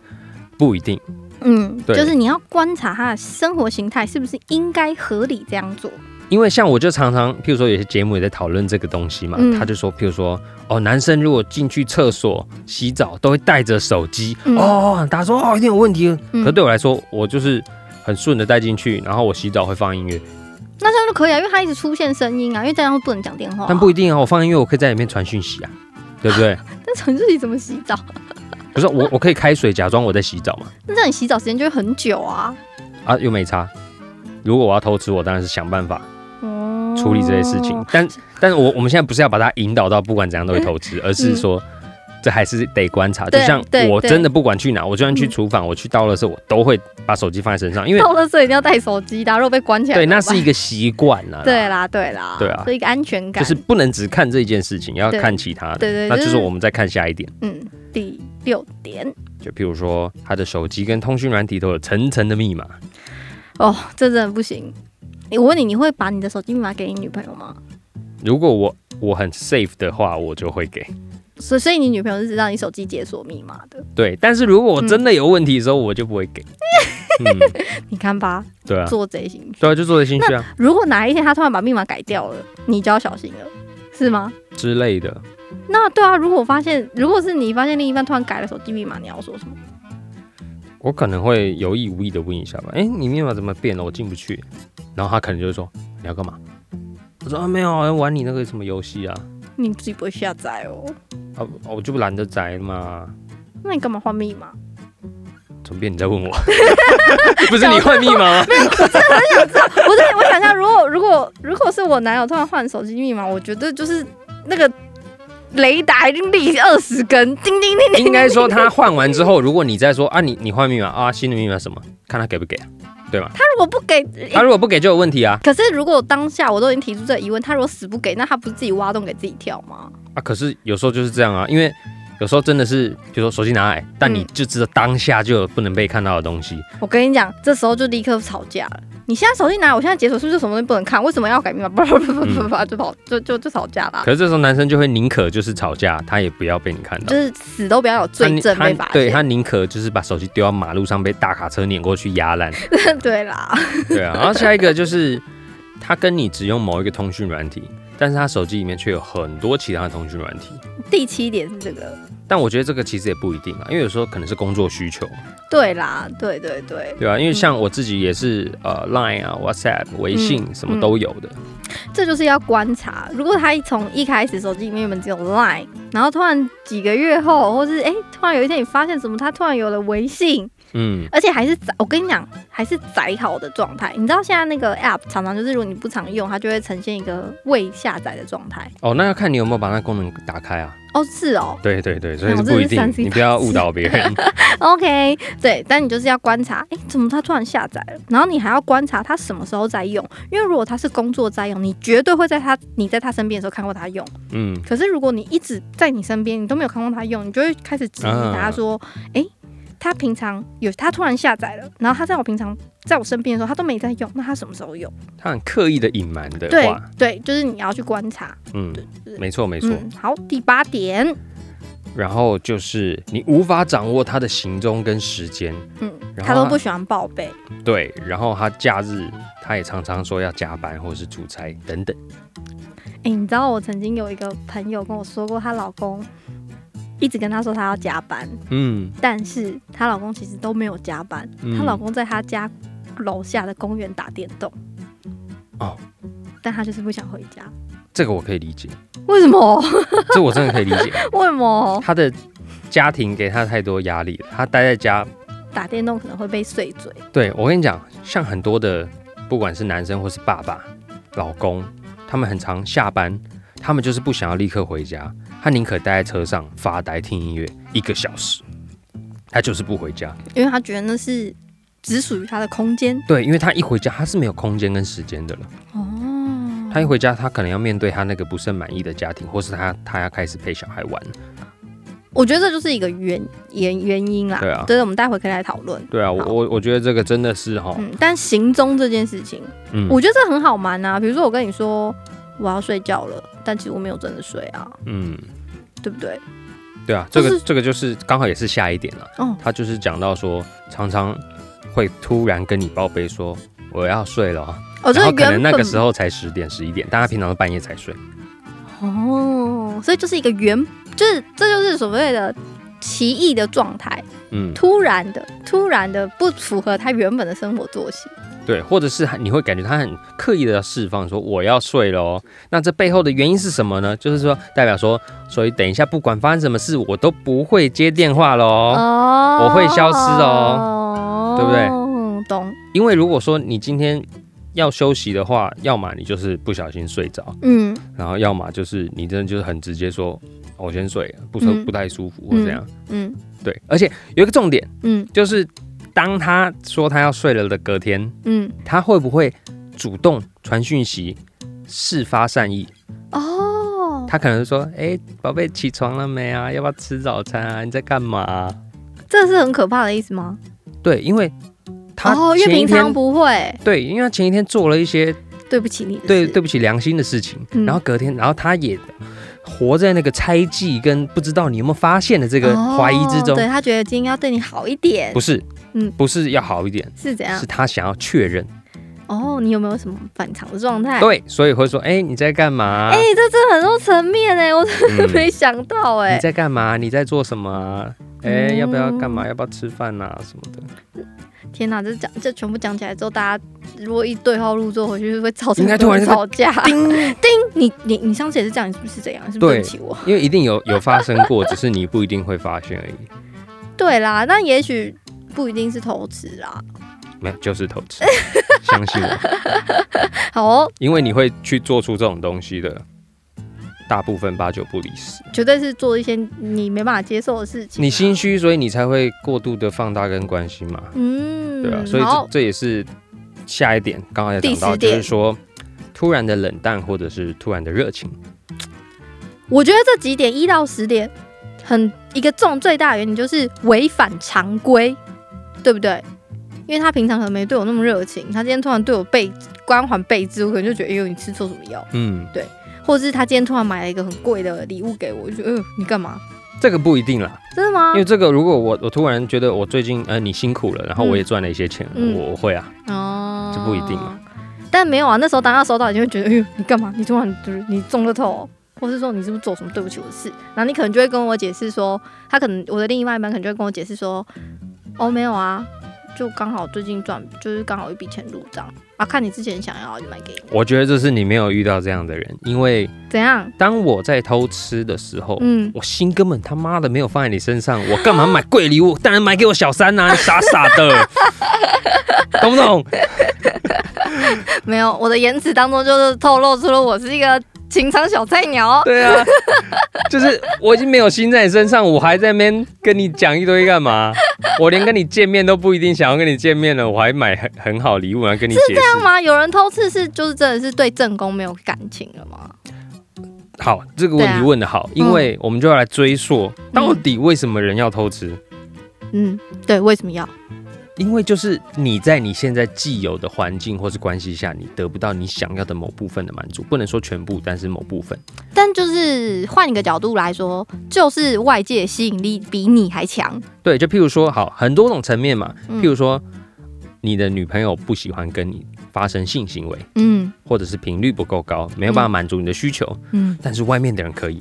S2: 不一定，
S1: 嗯，
S2: 对
S1: 就是你要观察他的生活形态是不是应该合理这样做。
S2: 因为像我就常常，譬如说有些节目也在讨论这个东西嘛，
S1: 嗯
S2: 他就说，譬如说哦，男生如果进去厕所洗澡都会带着手机，
S1: 嗯
S2: 哦，大家说哦一定有问题，
S1: 嗯
S2: 可对我来说，我就是很顺的带进去，然后我洗澡会放音乐，
S1: 那这样就可以啊，因为他一直出现声音啊，因为这样不能讲电话、
S2: 但不一，定啊，我放音乐我可以在里面传讯息啊，对不对？
S1: 那陈志宇怎么洗澡？
S2: 不是我我可以开水假装我在洗澡嘛，
S1: 那这样你洗澡时间就会很久啊。
S2: 啊，又没差。如果我要偷吃，我当然是想办法
S1: 哦，
S2: 处理这些事情。但但是我我们现在不是要把它引导到不管怎样都会偷吃，而是说这还是得观察。就
S1: 嗯对
S2: 像
S1: 对
S2: 我
S1: 对
S2: 真的不管去哪，我就算去
S1: 嗯
S2: 厨房，我去倒垃圾，我都会把手机放在身上，因为
S1: 到了这一定要带手机的啊、如果被关起来
S2: 对，
S1: 怎么
S2: 那
S1: 办，
S2: 是一个习惯啦。
S1: 对啦，对啦，
S2: 对啊
S1: 是一个安全感，
S2: 就是不能只看这一件事情，要
S1: 对
S2: 看其他的。
S1: 对对，
S2: 那就是我们再看下一点，
S1: 嗯，第六点
S2: 就譬如说他的手机跟通讯软体都有层层的密码，
S1: 哦，这真的不行。诶我问你，你会把你的手机密码给你女朋友吗？
S2: 如果我我很 safe 的话，我就会给。
S1: 所所以你女朋友是知道你手机解锁密码的，
S2: 对，但是如果我真的有问题的时候，我就不会给。嗯，
S1: 你看吧，
S2: 对啊，
S1: 做贼心虚。
S2: 对啊，就做的兴趣啊
S1: 如果哪一天他突然把密码改掉了，你就要小心了，是吗？
S2: 之类的。
S1: 那对啊，如果我发现，如果是你发现另一半突然改了手机密码，你要说什么？
S2: 我可能会有意无意的问一下吧，哎、你密码怎么变了？我进不去。然后他可能就会说你要干嘛？我说啊没有啊，玩你那个什么游戏啊，
S1: 你自己不会下载哦？
S2: 啊我就懒得宅嘛。
S1: 那你干嘛换密 码？
S2: 怎么变你在问我？不是你换密码吗？
S1: 不是，我想一下，如果如果如果是我男友突然换手机密码，我觉得就是那个雷达已经立二十根，叮叮叮叮。
S2: 应该说他换完之后，如果你再说啊你你换密码啊新的密码什么，看他给不给啊，对吧？
S1: 他如果不给，
S2: 他如果不给就有问题啊
S1: 可是如果当下我都已经提出这疑问，他如果死不给，那他不是自己挖洞给自己跳吗？
S2: 啊！可是有时候就是这样啊，因为有时候真的是，比如说手机拿来，但你
S1: 嗯
S2: 就知道当下就有不能被看到的东西，
S1: 我跟你讲，这时候就立刻吵架了。你现在手机拿，我现在解锁是不是什么东西不能看？为什么要改密码？叭叭叭叭叭，就跑就就就吵架啦
S2: 嗯可。是这时候男生就会宁可就是吵架，他也不要被你看到
S1: 就。是死都不要有
S2: 他
S1: 罪证
S2: 他
S1: 被发
S2: 对他
S1: 现。
S2: 宁可就是把手机丢到马路上被大卡车碾过去 压烂，
S1: 对啦，
S2: 对啊。然后下一个就是他跟你只用某一个通讯软体，但是他手机里面却有很多其他的通讯软体。
S1: 第七点是这个。
S2: 但我觉得这个其实也不一定啊，因为有时候可能是工作需求，
S1: 对啦，对对对，
S2: 对啊，因为像我自己也是呃 Line 啊、WhatsApp、微
S1: 嗯
S2: 信什么都有的，
S1: 这就是要观察。如果他从一开始手机里面原本只有 Line，然后突然几个月后，或是哎、突然有一天你发现什么，他突然有了微信，
S2: 嗯
S1: 而且还是载，我跟你讲，还是载好的状态。你知道现在那个 App 常常就是，如果你不常用，它就会呈现一个未下载的状态。
S2: 哦，那要看你有没有把那功能打开啊。
S1: 哦，是哦
S2: 对对对，所以
S1: 那
S2: 是
S1: 我
S2: 不一
S1: 真的是
S2: 定
S1: 三，心
S2: 你不要误导别 人。
S1: ，OK，对，但你就是要观察，哎，怎么它突然下载了？然后你还要观察它什么时候在用，因为如果它是工作在用，你绝对会在它你在它身边的时候看过它用。
S2: 嗯，
S1: 可是如果你一直在你身边，你都没有看过它用，你就会开始质疑
S2: 啊
S1: 它说，哎、它平常有，它突然下载了，然后它在我平常在我身边的时候，它都没在用，那它什么时候用？
S2: 他很刻意的隐瞒的
S1: 对
S2: 话，
S1: 对，就是你要去观察。
S2: 嗯
S1: 对，
S2: 没错没错。
S1: 嗯，好，第八点，
S2: 然后就是你无法掌握他的行踪跟时间，
S1: 嗯，
S2: 然后啊
S1: 他都
S2: 他
S1: 不喜欢报备。
S2: 对，然后他假日他也常常说要加班或是出差等等，
S1: 哎、你知道我曾经有一个朋友跟我说过，她老公一直跟她说她要加班，
S2: 嗯，
S1: 但是她老公其实都没有加班，她、
S2: 嗯
S1: 老公在她家楼下的公园打电动。
S2: 哦，
S1: 但她就是不想回家，
S2: 这个我可以理解，
S1: 为什么？
S2: 这我真的可以理 解，
S1: 为什么
S2: 他的家庭给他太多压力了，他待在家，
S1: 打电动可能会被碎嘴？
S2: 对我跟你讲，像很多的不管是男生或是爸爸、老公，他们很常下班，他们就是不想要立刻回家，他宁可待在车上发呆听音乐一个小时，他就是不回家。
S1: 因为她觉得那是只属于她的空间。
S2: 对，因为他一回家，他是没有空间跟时间的了。
S1: 哦，
S2: 他一回家，他可能要面对他那个不甚满意的家庭，或是他他要开始陪小孩玩。
S1: 我觉得这就是一个原原原因啦。
S2: 对啊
S1: 对，我们待会可以来讨论。
S2: 对啊，我
S1: 好
S2: 我我觉得这个真的是哈，
S1: 嗯，但行踪这件事情，
S2: 哦嗯
S1: 我觉得这很好瞒啊。比如说我跟你说我要睡觉了，但其实我没有真的睡啊，
S2: 嗯，
S1: 对不对？
S2: 对啊，这
S1: 就
S2: 个
S1: 是
S2: 这个就是刚好也是下一点了。
S1: 哦，
S2: 他就是讲到说，常常会突然跟你报备说我要睡了、啊，
S1: 哦，就
S2: 然
S1: 是
S2: 后可
S1: 原
S2: 能
S1: 本
S2: 那个时候才十点十一点，但他平常都半夜才睡。
S1: 哦，所以就是一个原，就是这就是所谓的奇异的状态，
S2: 嗯，
S1: 突然的、突然的不符合他原本的生活作息。
S2: 对，或者是他你会感觉他很刻意的要释放说我要睡了哦，那这背后的原因是什么呢？就是说代表说，所以等一下不管发生什么事，我都不会接电话喽。
S1: 哦
S2: 我会消失
S1: 哦
S2: 对不对
S1: 对？懂，
S2: 因为如果说你今天要休息的话，要么你就是不小心睡着，
S1: 嗯，
S2: 然后要么就是你真的就是很直接说，哦我先睡了，不舒
S1: 嗯
S2: 不太舒服或怎样。
S1: 嗯
S2: 对，而且有一个重点
S1: 嗯
S2: 就是，当他说他要睡了的隔天，
S1: 嗯，
S2: 他会不会主动传讯息？事发善意，
S1: 哦，
S2: 他可能说：“哎、宝贝，起床了没啊？要不要吃早餐啊？你在干嘛啊、
S1: 这是很可怕的意思吗？
S2: 对，因为他
S1: 哦，因为
S2: 前一
S1: 平
S2: 天、
S1: 常不会，
S2: 对，因为他前一天做了一些
S1: 对不起你的事，
S2: 对对不起良心的事情，
S1: 嗯
S2: 然后隔天，然后他也活在那个猜忌跟不知道你有没有发现的这个怀疑之
S1: 哦
S2: 中。
S1: 对他觉得今天要对你好一点
S2: 不，是，
S1: 嗯啊
S2: 不是要好一点，
S1: 是怎样
S2: 是？他想要确认。
S1: 哦，你有没有什么反常的状态？
S2: 哎对，所以会说，哎、你在干嘛？
S1: 哎、这真的很多层面哎，我
S2: 嗯
S1: 没想到哎、
S2: 你在干嘛？你在做什么啊？哎、
S1: 嗯
S2: 要不要干嘛？要不要吃饭啊？什么的？
S1: 天哪，这讲这全部讲起来之后，大家如果一对号入座回去，会造成
S2: 应该突然就
S1: 吵架。叮你你你上次也是这样，你是不是这样？你是不是
S2: 对
S1: 对不起我？
S2: 因为一定有有发生过， 只是你不一定会发现而已。
S1: 对啦，那也许不一定是偷吃啦。
S2: 没有，就是偷吃， 相信我，
S1: 好、哦，
S2: 因为你会去做出这种东西的，大部分八九不离十。
S1: 绝对是做一些你没办法接受的事情。
S2: 你心虚，所以你才会过度的放大跟关心嘛。
S1: 嗯，
S2: 对啊，所以
S1: 然后
S2: 这这也是下一点，刚才讲
S1: 第
S2: 到
S1: 十
S2: 就
S1: 点
S2: 是说，突然的冷淡或者是突然的热情，
S1: 我觉得这几点一到十点，很一个重最大的原因就是违反常规，对不对？因为他平常可能没对我那么热情，他今天突然对我背光环背之，我可能就觉得，哎呦，你吃错什么药？
S2: 嗯，
S1: 或者是他今天突然买了一个很贵的礼物给我，我就觉得，呃，你干嘛？
S2: 这个不一定啦，
S1: 真的吗
S2: 因？为这个如果我我突然觉得我最近呃你辛苦了，然后
S1: 嗯
S2: 我也赚了一些钱，
S1: 嗯
S2: 我我会啊，
S1: 哦
S2: 这不一定嘛。
S1: 但没有啊，那时候当他收到，你就会觉得，哎呦，你干嘛？你突然就是你中了头哦、或是说你是不是做什么对不起我的事？然后你可能就会跟我解释说，他可能我的另一半可能就会跟我解释说，哦，没有啊，就刚好最近赚，就是刚好有一笔钱入账啊，看你之前想要就买给你，
S2: 我觉得这是你没有遇到这样的人，因为
S1: 怎样？
S2: 当我在偷吃的时候，
S1: 嗯，
S2: 我心根本他妈的没有放在你身上，我干嘛买贵礼物？当然买给我小三呐、你傻傻 的，懂不懂？
S1: 没有，我的言辞当中就是透露出了我是一个情场小菜鸟。
S2: 对啊，就是我已经没有心在你身上，我还在那边跟你讲一堆干嘛？我连跟你见面都不一定想要跟你见面了，我还买很很好礼物来跟你解
S1: 干
S2: 释。
S1: 嘛？有人偷吃是就是真的是对正宫没有感情了吗？
S2: 好，这个问
S1: 对
S2: 题
S1: 啊
S2: 问的好，因为我们就要来追溯到底为什么人要偷吃。
S1: 嗯，对，为什么要？
S2: 因为就是你在你现在既有的环境或是关系下，你得不到你想要的某部分的满足，不能说全部，但是某部分。
S1: 但就是换一个角度来说，就是外界吸引力比你还强。
S2: 对，就譬如说，好，很多种层面嘛，
S1: 嗯
S2: 譬如说，你的女朋友不喜欢跟你发生性行为，
S1: 嗯
S2: 或者是频率不够高，没有办法满足你的需求，
S1: 嗯，
S2: 但是外面的人可以，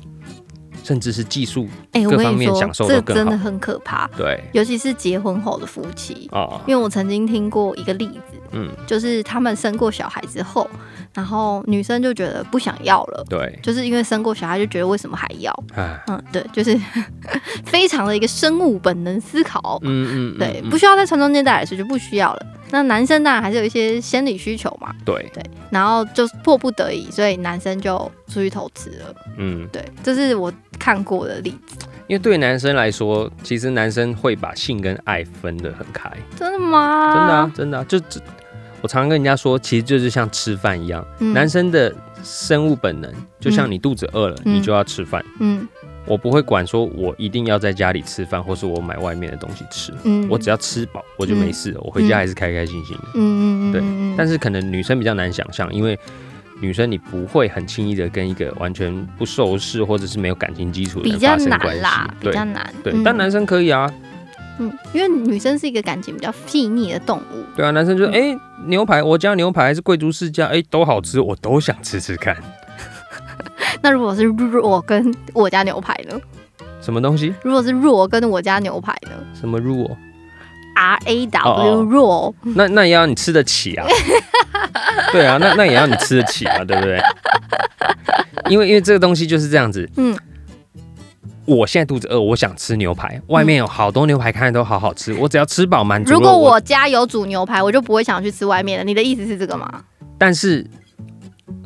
S2: 甚至是技术
S1: 哎、我
S2: 各
S1: 跟
S2: 方
S1: 你
S2: 面
S1: 说
S2: 享，受
S1: 这
S2: 都更
S1: 真的
S2: 好
S1: 很可怕，
S2: 对
S1: 尤其是结婚后的夫妻。
S2: 啊、
S1: 因为我曾经听过一个例子，
S2: 嗯，
S1: 就是他们生过小孩之后，然后女生就觉得不想要了，
S2: 对，
S1: 就是因为生过小孩就觉得为什么还要？
S2: 哎，
S1: 嗯，对，就是 非常的一个生物本能思考。
S2: 嗯嗯，嗯
S1: 对，
S2: 嗯
S1: 不需要再传宗接代来说就不需要了。那男生当然还是有一些生理需求嘛，
S2: 对，
S1: 对，然后就是迫不得已，所以男生就出去投资了。
S2: 嗯，
S1: 对，这是我看过的例子。
S2: 因为对男生来说，其实男生会把性跟爱分得很开，
S1: 真的吗？
S2: 真的啊，，真的啊，就只我常跟人家说，其实就是像吃饭一样，
S1: 嗯
S2: 男，生的生物本能，就像你肚子饿了，
S1: 嗯
S2: 你就要吃饭。
S1: 嗯
S2: 我不会管说，我一定要在家里吃饭，或是我买外面的东西吃。
S1: 嗯，
S2: 我只
S1: 要，
S2: 要吃饱，我就没事了，我回家还是开开心心的。
S1: 嗯嗯嗯，
S2: 对
S1: 嗯
S2: 但是可能女生比较难想象，因为女生你不会很轻易的跟一个完全不熟识或者是没有感情基础的
S1: 比
S2: 人
S1: 较
S2: 发生关
S1: 难啦
S2: 系，。
S1: 比
S2: 对
S1: 较难。
S2: 对，
S1: 嗯
S2: 但男生可以啊，
S1: 嗯，因为女生是一个感情比较细腻的动物。
S2: 对啊，男生就
S1: 嗯
S2: 哎、诶牛排，我家牛排还是贵族世家，哎、都好吃，我都想吃吃看。
S1: 那如果是弱跟我家牛排呢？
S2: 什么东西？
S1: 如果是弱跟我家牛排呢
S2: 什么入我？
S1: ？R A
S2: 哦
S1: W
S2: 哦
S1: 弱，
S2: 那那也要你吃得 起啊。对啊，那那也要你吃得起啊，对不对？因为因为这个东西就是这样子，
S1: 嗯
S2: 嗯。我现在肚子饿，我想吃牛排，外面有好多牛排，看着都好好吃，我只要吃饱满足
S1: 嗯
S2: 了。
S1: 如果我家有煮牛排，我就不会想去吃外面的。你的意思是这个吗？
S2: 但是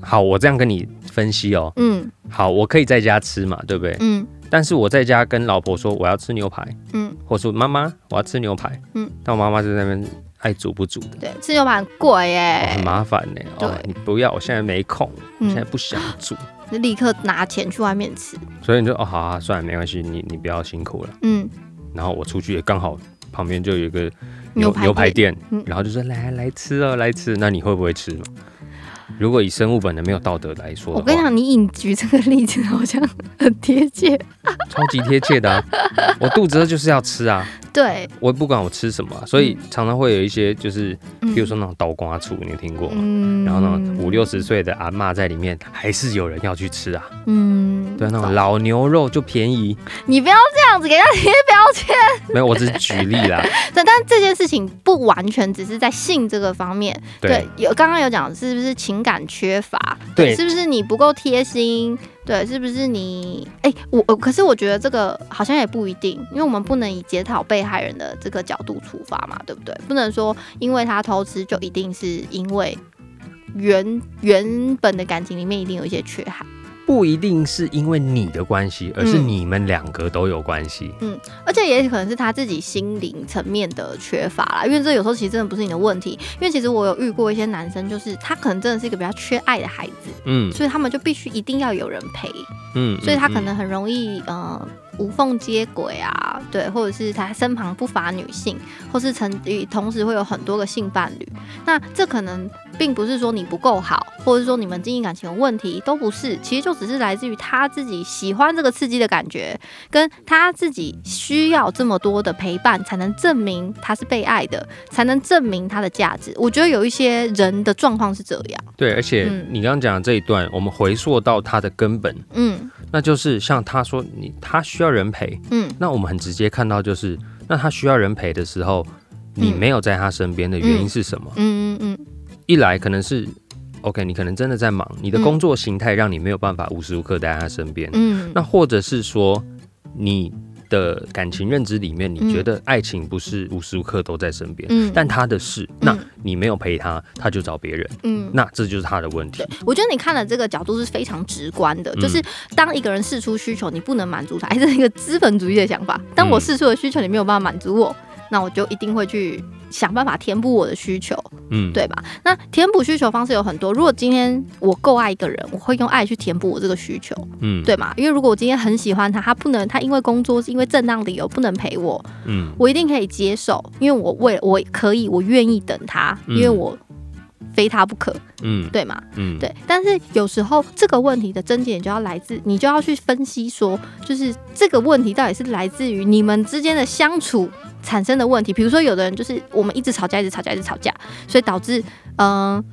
S2: 好，我这样跟你分析哦。
S1: 嗯
S2: 好，我可以在家吃嘛，对不对？
S1: 嗯
S2: 但是我在家跟老婆说我要吃牛排，
S1: 嗯，
S2: 或是妈妈我要吃牛排，
S1: 嗯
S2: 嗯，但我妈妈就在那边爱煮不煮的，
S1: 对，吃牛排很贵
S2: 哦
S1: 耶
S2: 很，麻烦呢、哦
S1: 哎对，
S2: 你不要，我现在没空，我现在
S1: 嗯，
S2: 不想煮，
S1: 就立刻拿钱去外面吃，
S2: 所以你就哦，好、啊，算了，没关系，你你不要辛苦了。
S1: 嗯，
S2: 然后我出去也刚好旁边就有一个
S1: 牛
S2: 牛
S1: 排
S2: 排店，
S1: 嗯
S2: 然后就说来来吃哦，来吃。那你会不会吃嘛？如果以生物本能没有道德来说
S1: 我
S2: 的话，
S1: 跟你讲，你引举这个例子好像很贴 切。
S2: 超级贴切的、啊。我肚子饿就是要吃啊，
S1: 对，
S2: 我不管我吃什么啊、所以常常会有一些就是，
S1: 嗯
S2: 比如说那种倒瓜醋，你有听过吗？
S1: 嗯
S2: 然后呢，五六十岁的阿嬷在里面，还是有人要去吃啊。
S1: 嗯，
S2: 对，那种老牛肉就便宜，
S1: 你不要这样子给人家贴标签。
S2: 没有，我只是举例 啦。
S1: 对，但这件事情不完全只是在性这个方面，
S2: 对，
S1: 有刚刚有讲是不是情感缺乏，
S2: 对
S1: 是不是你不够贴心，对，是不是你，哎、我我可是我觉得这个好像也不一定，因为我们不能以检讨被害人的这个角度出发嘛，对不对？不能说因为他偷吃就一定是因为。原原本的感情里面一定有一些缺憾，
S2: 不一定是因为你的关系，而是
S1: 嗯
S2: 你们两个都有关系。
S1: 而且也可能是他自己心灵层面的缺乏啦，因为这有时候其实真的不是你的问题，因为其实我有遇过一些男生，就是他可能真的是一个比较缺爱的孩子，
S2: 嗯
S1: 所以他们就必须一定要有人陪，
S2: 嗯，
S1: 所以他
S2: 嗯
S1: 可能很容易呃无缝接轨啊，对，或者是他身旁不乏女性，或是曾同时会有很多个性伴侣。那这可能并不是说你不够好，或者是说你们经营感情有问题，都不是，其实就只是来自于他自己喜欢这个刺激的感觉，跟他自己需要这么多的陪伴，才能证明他是被爱的，才能证明他的价值。我觉得有一些人的状况是这样，
S2: 对，而且
S1: 嗯
S2: 你刚刚讲的这一段，我们回溯到它的根本，
S1: 嗯
S2: 那就是像他说你他需要人陪，
S1: 嗯，
S2: 那我们很直接看到就是，那他需要人陪的时候，你
S1: 嗯
S2: 没有在他身边的原因是什么？
S1: 嗯嗯嗯，
S2: 一来可能是 OK，你可能真的在忙，你的
S1: 嗯
S2: 工作形态让你没有办法无时无刻待在他身边，
S1: 嗯，
S2: 那或者是说你的感情认知里面，你
S1: 嗯
S2: 觉得爱情不是无时无刻都在身边，
S1: 嗯
S2: 但他的是，那你没有陪他，他就找别人，
S1: 嗯，
S2: 那这就是他的问题
S1: 对。，我觉得你看的这个角度是非常直观的，
S2: 嗯
S1: 就是当一个人试出需求，你不能满足他，哎，这是一个资本主义的想法。当我
S2: 嗯
S1: 试出的需求你没有办法满足我，那我就一定会去想办法填补我的需求，
S2: 嗯，
S1: 对吧？那填补需求方式有很多。如果今天我够爱一个人，我会用爱去填补我这个需求，
S2: 嗯，
S1: 对吗？因为如果我今天很喜欢他，他不能，他因为工作是因为正当理由不能陪我，
S2: 嗯，
S1: 我一定可以接受，因为我为我可以，我愿意等他，
S2: 嗯
S1: 因为我非他不可，
S2: 嗯，
S1: 对吗？
S2: 嗯，，
S1: 对，但是有时候这个问题的症结点就要来自，你就要去分析说，就是这个问题到底是来自于你们之间的相处产生的问题。比如说，有的人就是我们一直吵架，一直吵架，一直吵架，所以导致嗯、呃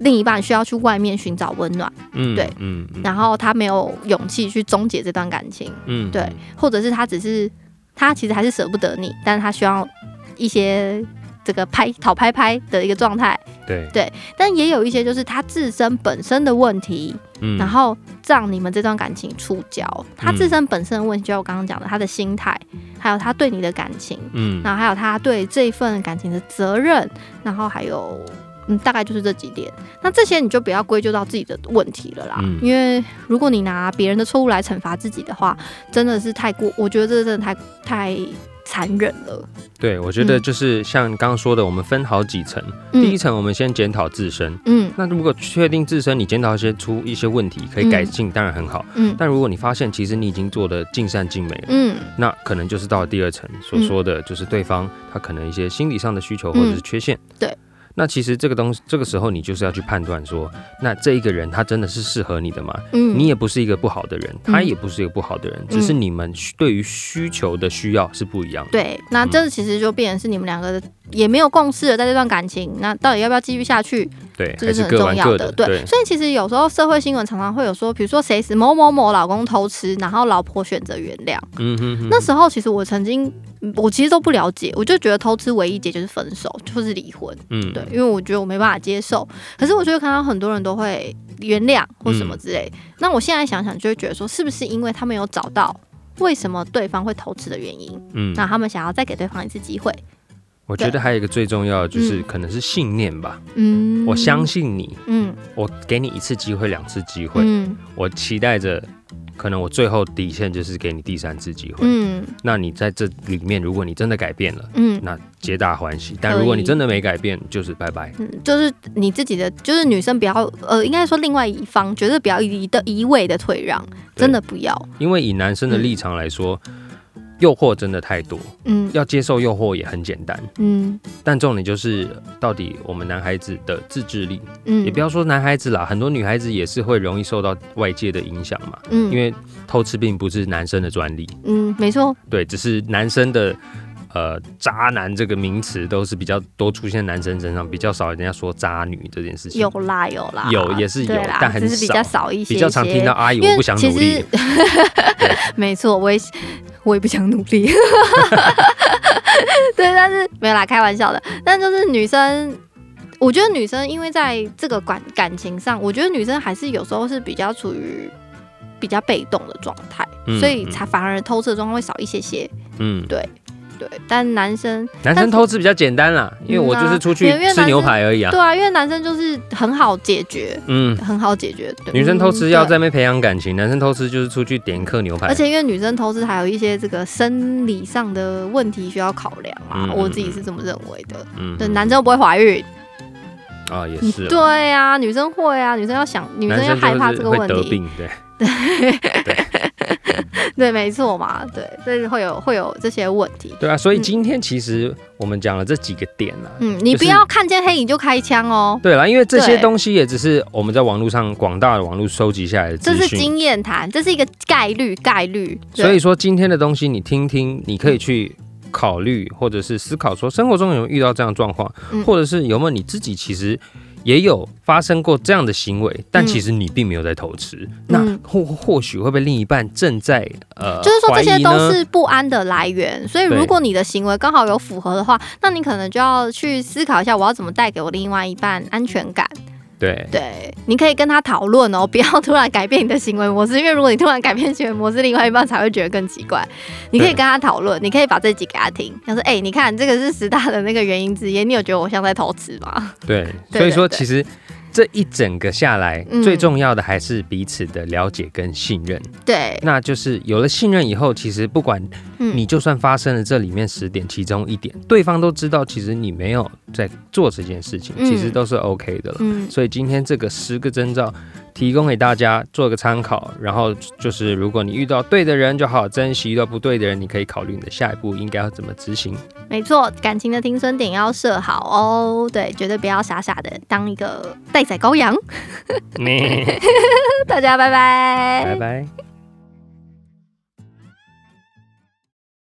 S1: 另一半需要去外面寻找温暖，
S2: 嗯，
S1: 对，
S2: 嗯，嗯
S1: 然后他没有勇气去终结这段感情，
S2: 嗯，
S1: 对，或者是他只是他其实还是舍不得你，但是他需要一些这个拍讨拍拍的一个状态。
S2: 对，
S1: 但也有一些就是他自身本身的问题，
S2: 嗯，
S1: 然后让你们这段感情触礁。他
S2: 嗯
S1: 自身本身的问题，就像我刚刚讲的，他的心态，还有他对你的感情，
S2: 嗯，
S1: 然后还有他对这份感情的责任，然后还有。嗯，大概就是这几点。那这些你就不要归咎到自己的问题了啦，
S2: 嗯
S1: 因为如果你拿别人的错误来惩罚自己的话，真的是太过，我觉得这真的太太残忍了。
S2: 对，我觉得
S1: 嗯
S2: 就是像刚刚说的，我们分好几层，第一层我们先检讨自身。
S1: 嗯
S2: 那如果确定自身你检讨一些出一些问题可以改进，当然很好。
S1: 嗯
S2: 但如果你发现其实你已经做的尽善尽美了，
S1: 嗯
S2: 那可能就是到了第二层所说的，就是对方他可能一些心理上的需求或者是缺陷。
S1: 嗯对。
S2: 那其实这个东西，这个时候你就是要去判断说，那这一个人他真的是适合你的吗？
S1: 嗯，
S2: 你也不是一个不好的人，他也不是一个不好的人，只是你们需对于需求的需要是不一样的。
S1: 对，那
S2: 嗯
S1: 这其实就变成是你们两个也没有共识了，在这段感情，那到底要不要继续下去？
S2: 对，
S1: 这
S2: 还
S1: 是
S2: 是
S1: 很
S2: 各
S1: 重
S2: 玩
S1: 要
S2: 各
S1: 的，
S2: 对，
S1: 所以其实有时候社会新闻常常会有说，比如说谁死某某某老公偷吃，然后老婆选择原谅。
S2: 嗯哼哼
S1: 那时候其实我曾经，嗯我其实都不了解，我就觉得偷吃唯一解就是分手，就是离婚。
S2: 嗯
S1: 对，因为我觉得我没办法接受。可是我就会看到很多人都会原谅或什么之类。
S2: 嗯
S1: 那我现在想想，就会觉得说，是不是因为他们有找到为什么对方会偷吃的原因，
S2: 嗯
S1: 那他们想要再给对方一次机会？
S2: 我觉得还有一个最重要的就是
S1: 嗯
S2: 可能是信念吧，
S1: 嗯，
S2: 我相，信你，
S1: 嗯，
S2: 我给你一次机会，两次机会，
S1: 嗯，
S2: 我期待着，可能我最后底线就是给你第三次机会。
S1: 嗯，
S2: 那你在这里面，如果你真的改变了，
S1: 嗯。
S2: 那皆大欢喜；但如果你真的没改变，就是拜拜。
S1: 嗯，就是你自己的，就是女生不要，呃，应该说另外一方绝对不要一的一味的退让，真的不要。
S2: 因为以男生的立场来说，诱惑真的太多，
S1: 嗯
S2: 要接受诱惑也很简单，
S1: 嗯
S2: 但重点就是到底我们男孩子的自制力，
S1: 嗯，
S2: 也不要说男孩子啦，很多女孩子也是会容易受到外界的影响嘛，
S1: 嗯，
S2: 因为偷吃并不是男生的专利，
S1: 嗯，没错，
S2: 对，只是男生的。呃，渣男这个名词都是比较多出现男生身上，比较少人家说渣女这件事情。
S1: 有啦有啦，
S2: 有也是有
S1: 对啦
S2: 但很
S1: 只是比
S2: 少
S1: 较少一些，
S2: 比较常听到。阿姨，
S1: 因
S2: 我
S1: 为
S2: 不想
S1: 其
S2: 努力
S1: 实。， 没错，我也我也不想努力。 对，但是没有啦，开玩笑的。但就是女生，我觉得女生因为在这个感感情上，我觉得女生还是有时候是比较处于比较被动的状态，
S2: 嗯
S1: 所以才反而偷吃的状况会少一些些。
S2: 嗯，
S1: 对，但男生
S2: 男生偷吃比较简单啦，因为我就是出去
S1: 嗯啊因为男
S2: 吃
S1: 生
S2: 牛排而已啊
S1: 对。啊，因为男生就是很好解决，
S2: 嗯，
S1: 很好解决。对
S2: 女生偷吃
S1: 嗯
S2: 要
S1: 对
S2: 在那边培养感情，男生偷吃就是出去点一颗牛排。
S1: 而且因为女生投资还有一些这个生理上的问题需要考量啊，
S2: 嗯
S1: 我自己是这么认为的。
S2: 嗯，
S1: 对，男生又不会怀孕，
S2: 啊也是啦，
S1: 对啊，女生会啊，女生要想，女生
S2: 男
S1: 要
S2: 生
S1: 害怕这
S2: 就是
S1: 个
S2: 会
S1: 问
S2: 得
S1: 题，
S2: 病，对，
S1: 对，没错嘛，对，所以会有会有这些问题。
S2: 对啊。所以
S1: 嗯
S2: 今天其实我们讲了这几个点啊。
S1: 嗯，你
S2: 就
S1: 不
S2: 是
S1: 要看见黑影就开枪哦，
S2: 对啦，因为这些
S1: 对
S2: 东西也只是我们在网络上广大的网络收集下来的
S1: 这
S2: 资
S1: 是
S2: 讯，
S1: 经验谈，这是一个概率，概率。对
S2: 所以说今天的东西你听听，你可以去考虑或者是思考说，生活中有没有遇到这样的状况，
S1: 嗯
S2: 或者是有没有你自己其实也有发生过这样的行为，但
S1: 嗯
S2: 其实你并没有在偷吃，那
S1: 嗯
S2: 或或许会不会另一半正在呃，
S1: 就是说这
S2: 怀
S1: 些
S2: 疑
S1: 都
S2: 呢
S1: 是不安的来源，所以
S2: 对
S1: 如果你的行为刚好有符合的话，那你可能就要去思考一下，我要怎么带给我另外一半安全感。
S2: 对
S1: 对，你可以跟他讨论哦， 不要突然改变你的行为模式，因为如果你突然改变行为模式，另外一半才会觉得更奇怪。你可以
S2: 对
S1: 跟他讨论，你可以把这集给他听，他说：“哎、你看这个是十大的那个原因之一，你有觉得我像在偷吃吗
S2: 对，
S1: 对
S2: 所以说
S1: 对对
S2: 其实这一整个下来，
S1: 嗯
S2: 最重要的还是彼此的了解跟信任。？”
S1: 对，
S2: 那就是有了信任以后，其实不管
S1: 嗯
S2: 你就算发生了这里面十点其中一点，对方都知道其实你没有在做这件事情，
S1: 嗯
S2: 其实都是 OK 的了。
S1: 嗯
S2: 所以今天这个十个征兆提供给大家做个参考，然后就是如果你遇到对的人就好珍惜，遇到不对的人，你可以考虑你的下一步应该要怎么执 行。
S1: 没错，感情的停损点要设好哦。对，绝对不要傻傻的当一个待宰羔羊。
S2: 你
S1: 大家拜拜，
S2: 拜拜。